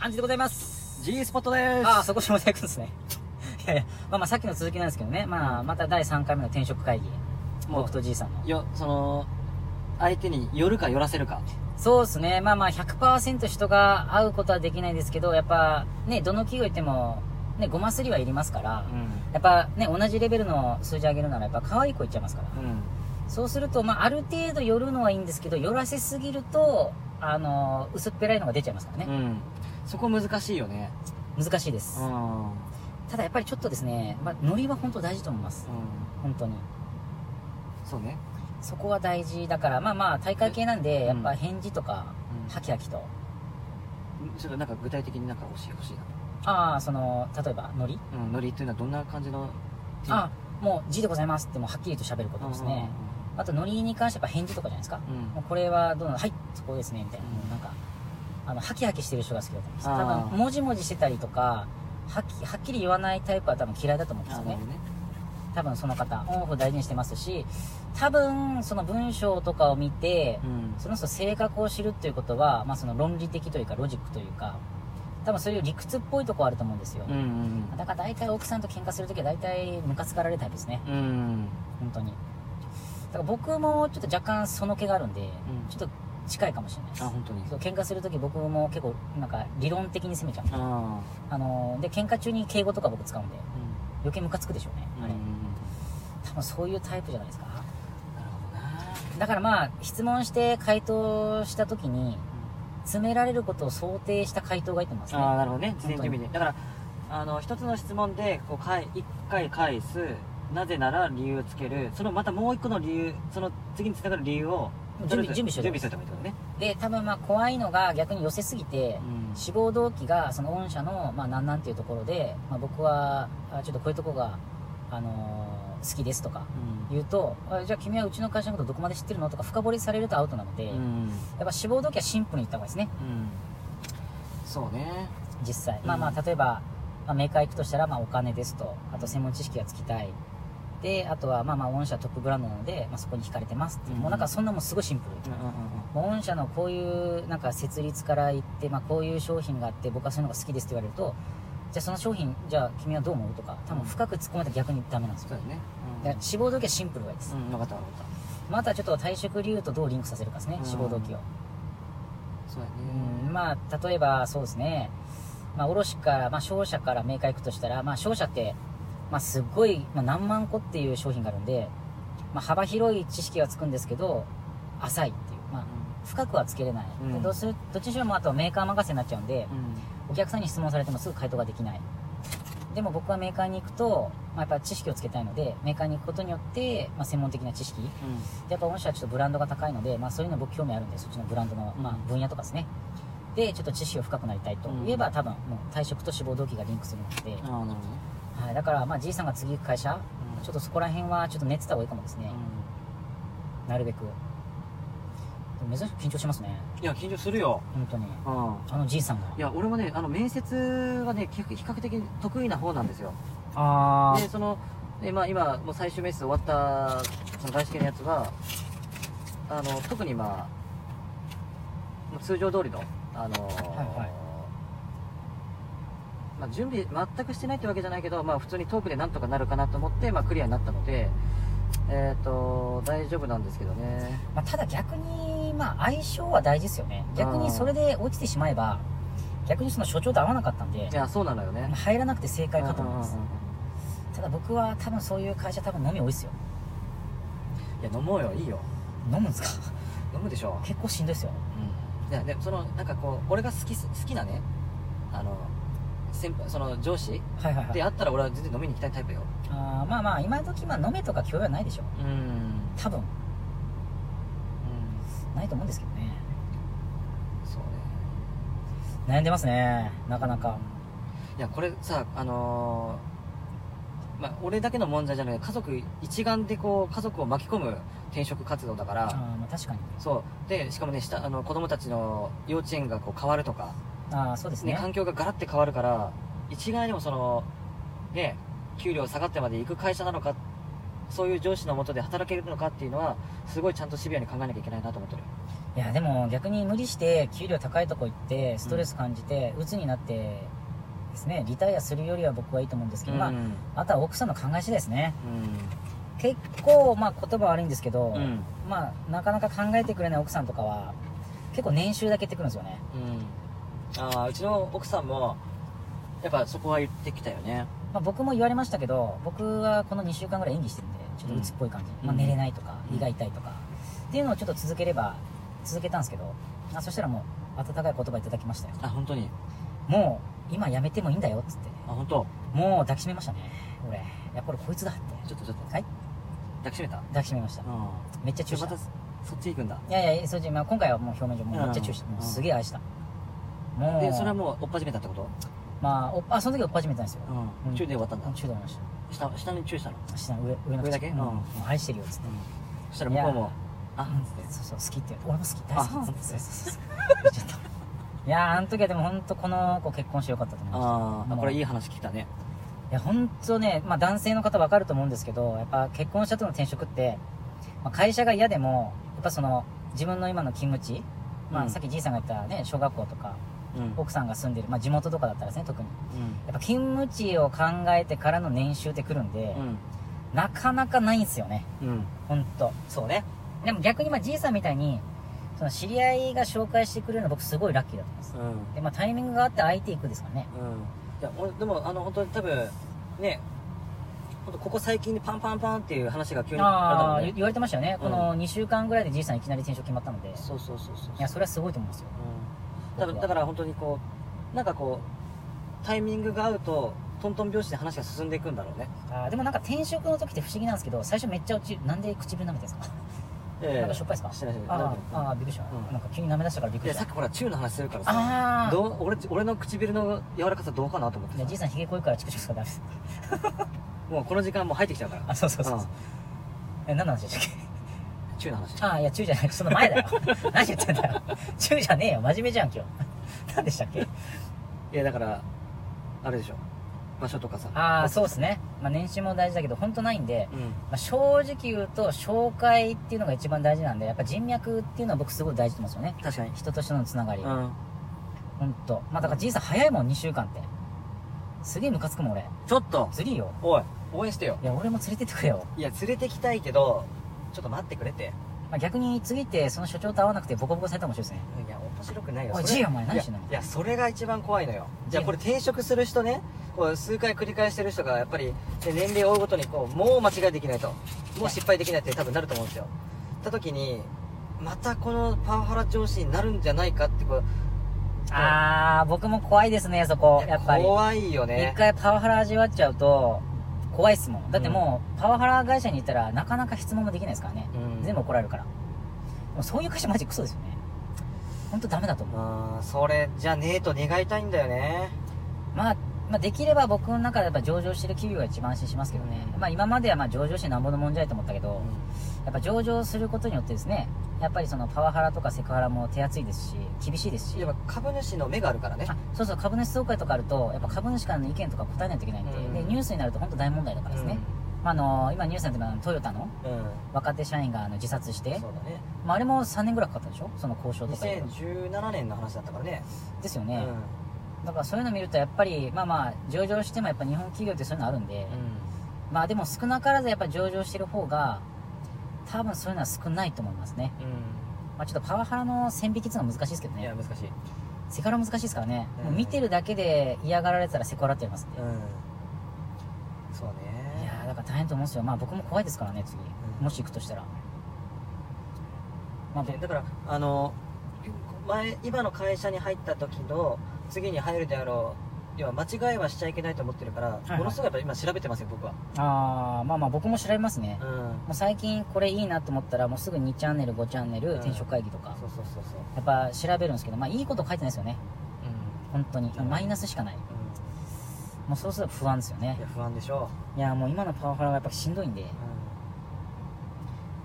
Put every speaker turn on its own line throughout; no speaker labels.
感じでございます
G スポットです
ああそこ下田行くんですね いやいやまあまあさっきの続きなんですけどねまあまた第3回目の転職会議
もう
僕とじいさんの
よその相手に寄るか寄らせるか
そうですねまあまあ100%人が会うことはできないですけどやっぱねどの企業行ってもねごますりはいりますから、
ん
やっぱね同じレベルの数字上げるならやっぱ可愛い子いっちゃいますからそうすると、まあ、ある程度寄るのはいいんですけど寄らせすぎるとあの薄っぺらいのが出ちゃいますから
う
ね、
んそこ難しいよね
難しいです、
ん、うん、
ただやっぱりちょっとですね、まあ、ノリは本当大事と思います本当に
そうね、
そこは大事だからまあまあ大会系なんで
ん
やっぱ返事とか、
うん
ハキハキと
ちょっとなんか具体的になんか教えてほしいな
ああその例えばノリ
うんノリというのはどんな感じの
あもう字でございますってもうはっきりと喋ることですねあとノリに関してやっぱ返事とかじゃないですか
うんうん
もうこれはどうなのはいそこですねみたいな、
うん
なんかあのハキハキしてる人が好きだと思うんです
あー
多分もじもじしてたりとかはっきはっきり言わないタイプは多分嫌いだと思うんです
あ
よ
なる
ね
ほどね
多分その方オンオフ大事にしてますし多分その文章とかを見て
うん
その人の性格を知るっていうことは、まあ、その論理的というかロジックというか多分そういう理屈っぽいとこあると思うんですよ、
うんうん
だから大体奥さんと喧嘩するときは大体ムカつかられるタイプですね
うんうん
本当にだから僕もちょっと若干その気があるんで、ちょっと近いかもしれないです
あ本当に
そう喧嘩するとき僕も結構なんか理論的に攻めちゃう
あ
あのーで喧嘩中に敬語とか僕使うんで
あう
余計ムカつくでしょうね
ん
あ
う
れ
ん
多分そういうタイプじゃないですか
なるほどな
だからまあ質問して回答したときに
うん
詰められることを想定した回答がいいと思いますね
ああなるほどね事前
本
準
当に
備でだからあの一つの質問でこうかい一回返すなぜなら理由をつけるそのまたもう一個の理由その次につながる理由を
準備
とりあえず
準備しといて
準備しといてもいいってことね
で多分まあ怖いのが逆に寄せすぎて、
うん
志望動機がその御社のまあなんなんっていうところで、まあ、僕はあちょっとこういうとこが、あのー好きですとか言うとあじゃあ君はうちの会社のことどこまで知ってるのとか深掘りされるとアウトなので、
う
や
ん
っぱ志望動機はシンプルに言った方がいいですね
うんそうね
実際、
うん
まあまあ例えば、まあ、メーカー行くとしたらまあお金ですとあと専門知識がつきたいであとはまあまあ御社トップブランドなので、まあ、そこに惹かれてますっていう、
うん
もうなんかそんなもんすごいシンプル、
うんうん
もう御社のこういうなんか設立から言って、まあ、こういう商品があって僕はそういうのが好きですって言われるとじゃあその商品じゃあ君はどう思うとか多分深く突っ込めたら逆にダメなんです
そうだ
よ、
よね
だから志望動機はシンプルがいいです、
うん分かった分かった
またちょっと退職理由とどうリンクさせるかですね、
うん
志望動機を、
そうやね
うん、まあ例えばそうですね、まあ、卸から、まあ、商社からメーカー行くとしたら、まあ、商社って、まあ、すっごい、まあ、何万個っていう商品があるんで、まあ、幅広い知識はつくんですけど浅いっていう、まあ、深くはつけれない、
うん
でどうするどっちにしろもうあとメーカー任せになっちゃうんで
うんうん
お客さんに質問されてもすぐ回答ができないでも僕はメーカーに行くと、まあ、やっぱ知識をつけたいのでメーカーに行くことによって、まあ、専門的な知識でやっぱ御社はちょっとブランドが高いので、まあ、そういうの僕興味あるんでそっちのブランドの、
うん
まあ、分野とかですねでちょっと知識を深くなりたいと
うん
言えば、多分もう退職と志望動機がリンクするので、
ああなるほどね
はい、だからまあじいさんが次行く会社ちょっとそこら辺はちょっと寝てた方がいいかもですね、なるべくでも珍しく緊張しますね
いや緊張するよ
本当に
うん
あのじいさんが
いや俺もねあの面接がね結構比較的得意な方なんですよ
あ
でそので、まあ、今もう最終面接終わったその外資系のやつはあの特にまあもう通常通りのあの、
いはい
まあ、準備全くしてないってわけじゃないけど、まあ、普通にトークでなんとかなるかなと思って、まあ、クリアになったのでえっ、と大丈夫なんですけどね
まあ、ただ逆に、まあ、相性は大事ですよね逆にそれで落ちてしまえば逆にその所長と合わなかったんで
いやそうなのよね
入らなくて正解かと思います
うんうんうん
ただ僕は多分そういう会社多分飲み多いっすよ
うんいや飲もうよいいよ
飲むんです か
飲むでしょ
結構しんどいっすよ
うんいやでもそのなんかこう俺が好きす好きなねあの先輩その上司
はいはいは
で
い
あったら俺は全然飲みに行きたいタイプよ
あーまあまあ今時まあ飲めとか許容はないでしょ
うん
多分ないと思うんですけどね
そうね
悩んでますねなかなか
いやこれさあのーまあ、俺だけの問題じゃない家族一丸でこう家族を巻き込む転職活動だか
あー
ら
まあ確かに
そうでしかもね下あの子供たちの幼稚園がこう変わるとか、
ああそうです
ね、
ね
環境がガラッて変わるから一概にもそのね給料下がってまで行く会社なのかそういう上司のもとで働けるのかっていうのはすごいちゃんとシビアに考えなきゃいけないなと思ってる
いやでも逆に無理して給料高いとこ行ってストレス感じて鬱になってですねリタイアするよりは僕はいいと思うんですけど、
う
ま
ん
あ、あとは奥さんの考え次第ですね結構まあ言葉悪いんですけど、
うんうん
まあなかなか考えてくれない奥さんとかは結構年収だけ言ってくるんですよね
うんああうちの奥さんもやっぱそこは言ってきたよね
まあ、僕も言われましたけど僕はこの2週間ぐらい演技してるんでちょっと鬱っぽい感じ、
うん
まあ、寝れないとか、
うん
胃が痛いとかっていうのをちょっと続ければ続けたんですけどあそしたらもう温かい言葉いただきましたよ
あ本当に
もう今やめてもいいんだよっつって
あ本当
もう抱きしめましたね俺やっぱりこいつだって
ちょっとちょっと
はい
抱きしめた
抱きしめました
う
めっちゃ
んち
注
ょ
射
また
い
そっち行くんだ
やいやそれじゃまあ今回はもう表面上もうめっちゃ注射
うん
もうすげえ愛したもう
でそれはもう追っ始めたってこと
まあおあその時追っ始めたんですよう
う
んん
中で終わったんだ
中途思いまし
下下に注意したの
た下の上上の口
上だけ
うん
うん
もう愛してるよっつって
そしたら向こう
い
もあっつって
そうそう好きって言われ俺も好き大好き
あ
そうそうそう言っちゃったいやーあの時はでも本当この子結婚してよかったと思いま
あーあこれいい話聞いたね
したいや本当ね、まあ、男性の方分かると思うんですけどやっぱ結婚した後の転職って、まあ、会社が嫌でもやっぱその自分の今の勤務地、ま
う
あ、
ん
さっきじいさんが言ったね小学校とか
うんうん
奥さんが住んでる、まあ、地元とかだったらですね特にやっぱ勤務地を考えてからの年収ってくるんで、なかなかないんですよね
うんうん
本当
そうね
でも逆にまあじいさんみたいにその知り合いが紹介してくれるのは僕すごいラッキーだと思います
うんうん
でまあタイミングがあって IT 行くですからね
いや俺でもあの本当に多分ね本当ここ最近にパンパンパンっていう話が急に
あ
あ
あ
れだも
言
んね
言われてましたよね、
うん
この2週間ぐらいでじいさんいきなり転職決まったのでい
そうそうそうそう
やそれはすごいと思いますよ
うんだからだから本当にこうなんかこうタイミングが合うとトントン拍子で話が進んでいくんだろうね
あーでもなんか転職の時って不思議なんですけど最初めっちゃ落ちなんで唇舐めてるんですか、
え
なんかしょっぱいですか
してないしてない
あーあーびっくりした、
うん
なんか急に舐め出したからびっく
い
り
や
し
さったきほらチューの話するからさ
ああ
どう俺俺の唇の柔らかさどうかなと思って
い
さ
やじいさんひげ濃いからチクチクしかダメです
もうこの時間もう入ってきちゃうから
あそうそうそうそう、え何の話でしたっけ
うんチューの話
ああ、いや、中じゃない。その前だよ。 何言ってんだよ。中じゃねえよ。真面目じゃん、今日。何でしたっけ
いやだからあれでしょ場所とかさ
ああ、そうですね。まあ、年収も大事だけど、本当ないんで、
うん
まあ、正直言うと、紹介っていうのが一番大事なんで、やっぱ人脈っていうのは僕すごい大事と思うんですよね。
確かに
人と人のつながり。
う
本当。
ん
ほんと。まあ、だからじいさん早いもん、2週間って。すげえムカつくもん、俺。
ちょっと
ずりーよ。
おい応援してよ
いや、俺も連れてってくれよ。
いや連れてきたいけどちょっと待ってくれて
まあ、逆に次って、その所長と会わなくてボコボコされたかもしれないですね。
いや面白くないよ
おい
それ
じいお前何してんの
いやいやそれが一番怖いのよじゃ
じ
あ
い
これ転職する人ねこう数回繰り返してる人がやっぱり、ね、年齢を追うごとにこうもう間違いできないともう失敗できないって多分なると思うんですよた時にまたこのパワハラ上司になるんじゃないかってこう
ああ、僕も怖いですね、そこ。
い
やっぱり。
怖いよね
一回パワハラ味わっちゃうと怖いっすもんだってもうパワハラ会社に行ったらなかなか質問もできないですからね、
うん
全部怒られるからでもそういう会社マジクソですよねほんとダメだと思う、
うんそれじゃねえと願いたいんだよね
まあ、まあできれば僕の中でやっぱ上場してる企業が一番安心しますけどね、
うん
まあ今まではまあ上場してなんぼのもんじゃいと思ったけど、やっぱ上場することによってですねやっぱりそのパワハラとかセクハラも手厚いですし厳しいですし
やっぱ株主の目があるからね
あそうそう株主総会とかあるとやっぱ株主からの意見とか答えないといけないんで,、
うん
でニュースになると本当大問題だからですね、まあ、あの今ニュースになってるトヨタの
うん、うん
若手社員があの自殺して
そう、だね
まあ、あれも3年ぐらいかかったでしょその交渉とかいろいろ
2017年の話だったからね
ですよね、だからそういうの見るとやっぱりまあまあ上場してもやっぱ日本企業ってそういうのあるんで
うん、、
まあでも少なからずやっぱ上場してる方が多分そういうのは少ないと思いますね、
う
まあ、ちょっとパワハラの線引きっていうのは難しいですけど
ん、いや
ね
難しい
セクハラ難しいですからね、もう
うん
見てるだけで嫌がられたらセクハラって言いますんで、
うんそう
い
ね
やーだから大変と思うんですよまあ僕も怖いですからね次、
うん
もし行くとしたらまあ僕
でだからあの前今の会社に入った時の次に入るであろう要は間違いはしちゃいけないと思ってるから、
はい
ものすごいやっぱ今調べてますよ僕は
あーまあまあ僕も調べますね、
うん
もう最近これいいなと思ったらもうすぐ2チャンネル5チャンネル
うん
転職会議とか、
そうそうそうそう
やっぱ調べるんですけどまあいいこと書いてないですよね
う
本当に
うん
マイナスしかない
ん、
もうそうすると不安ですよね
いや不安でしょ、
いやーもう今のパワハラがやっぱしんどいんでいう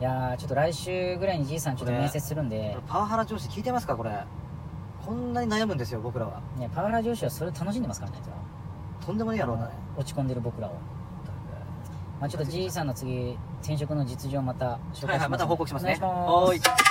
やーちょっと来週ぐらいにじいさんちょっと面接するんで
これパワハラ上司聞いてますかこれこんなに悩むんですよ僕らはい
やパワハラ上司はそれを楽しんでますからね
とんでもねえやろうだね
落ち込んでる僕らを、まあ、ちょっとじいさんの次転職の実情をまた紹介
は
します、
いはいまた報告しますね
お願いします
はーい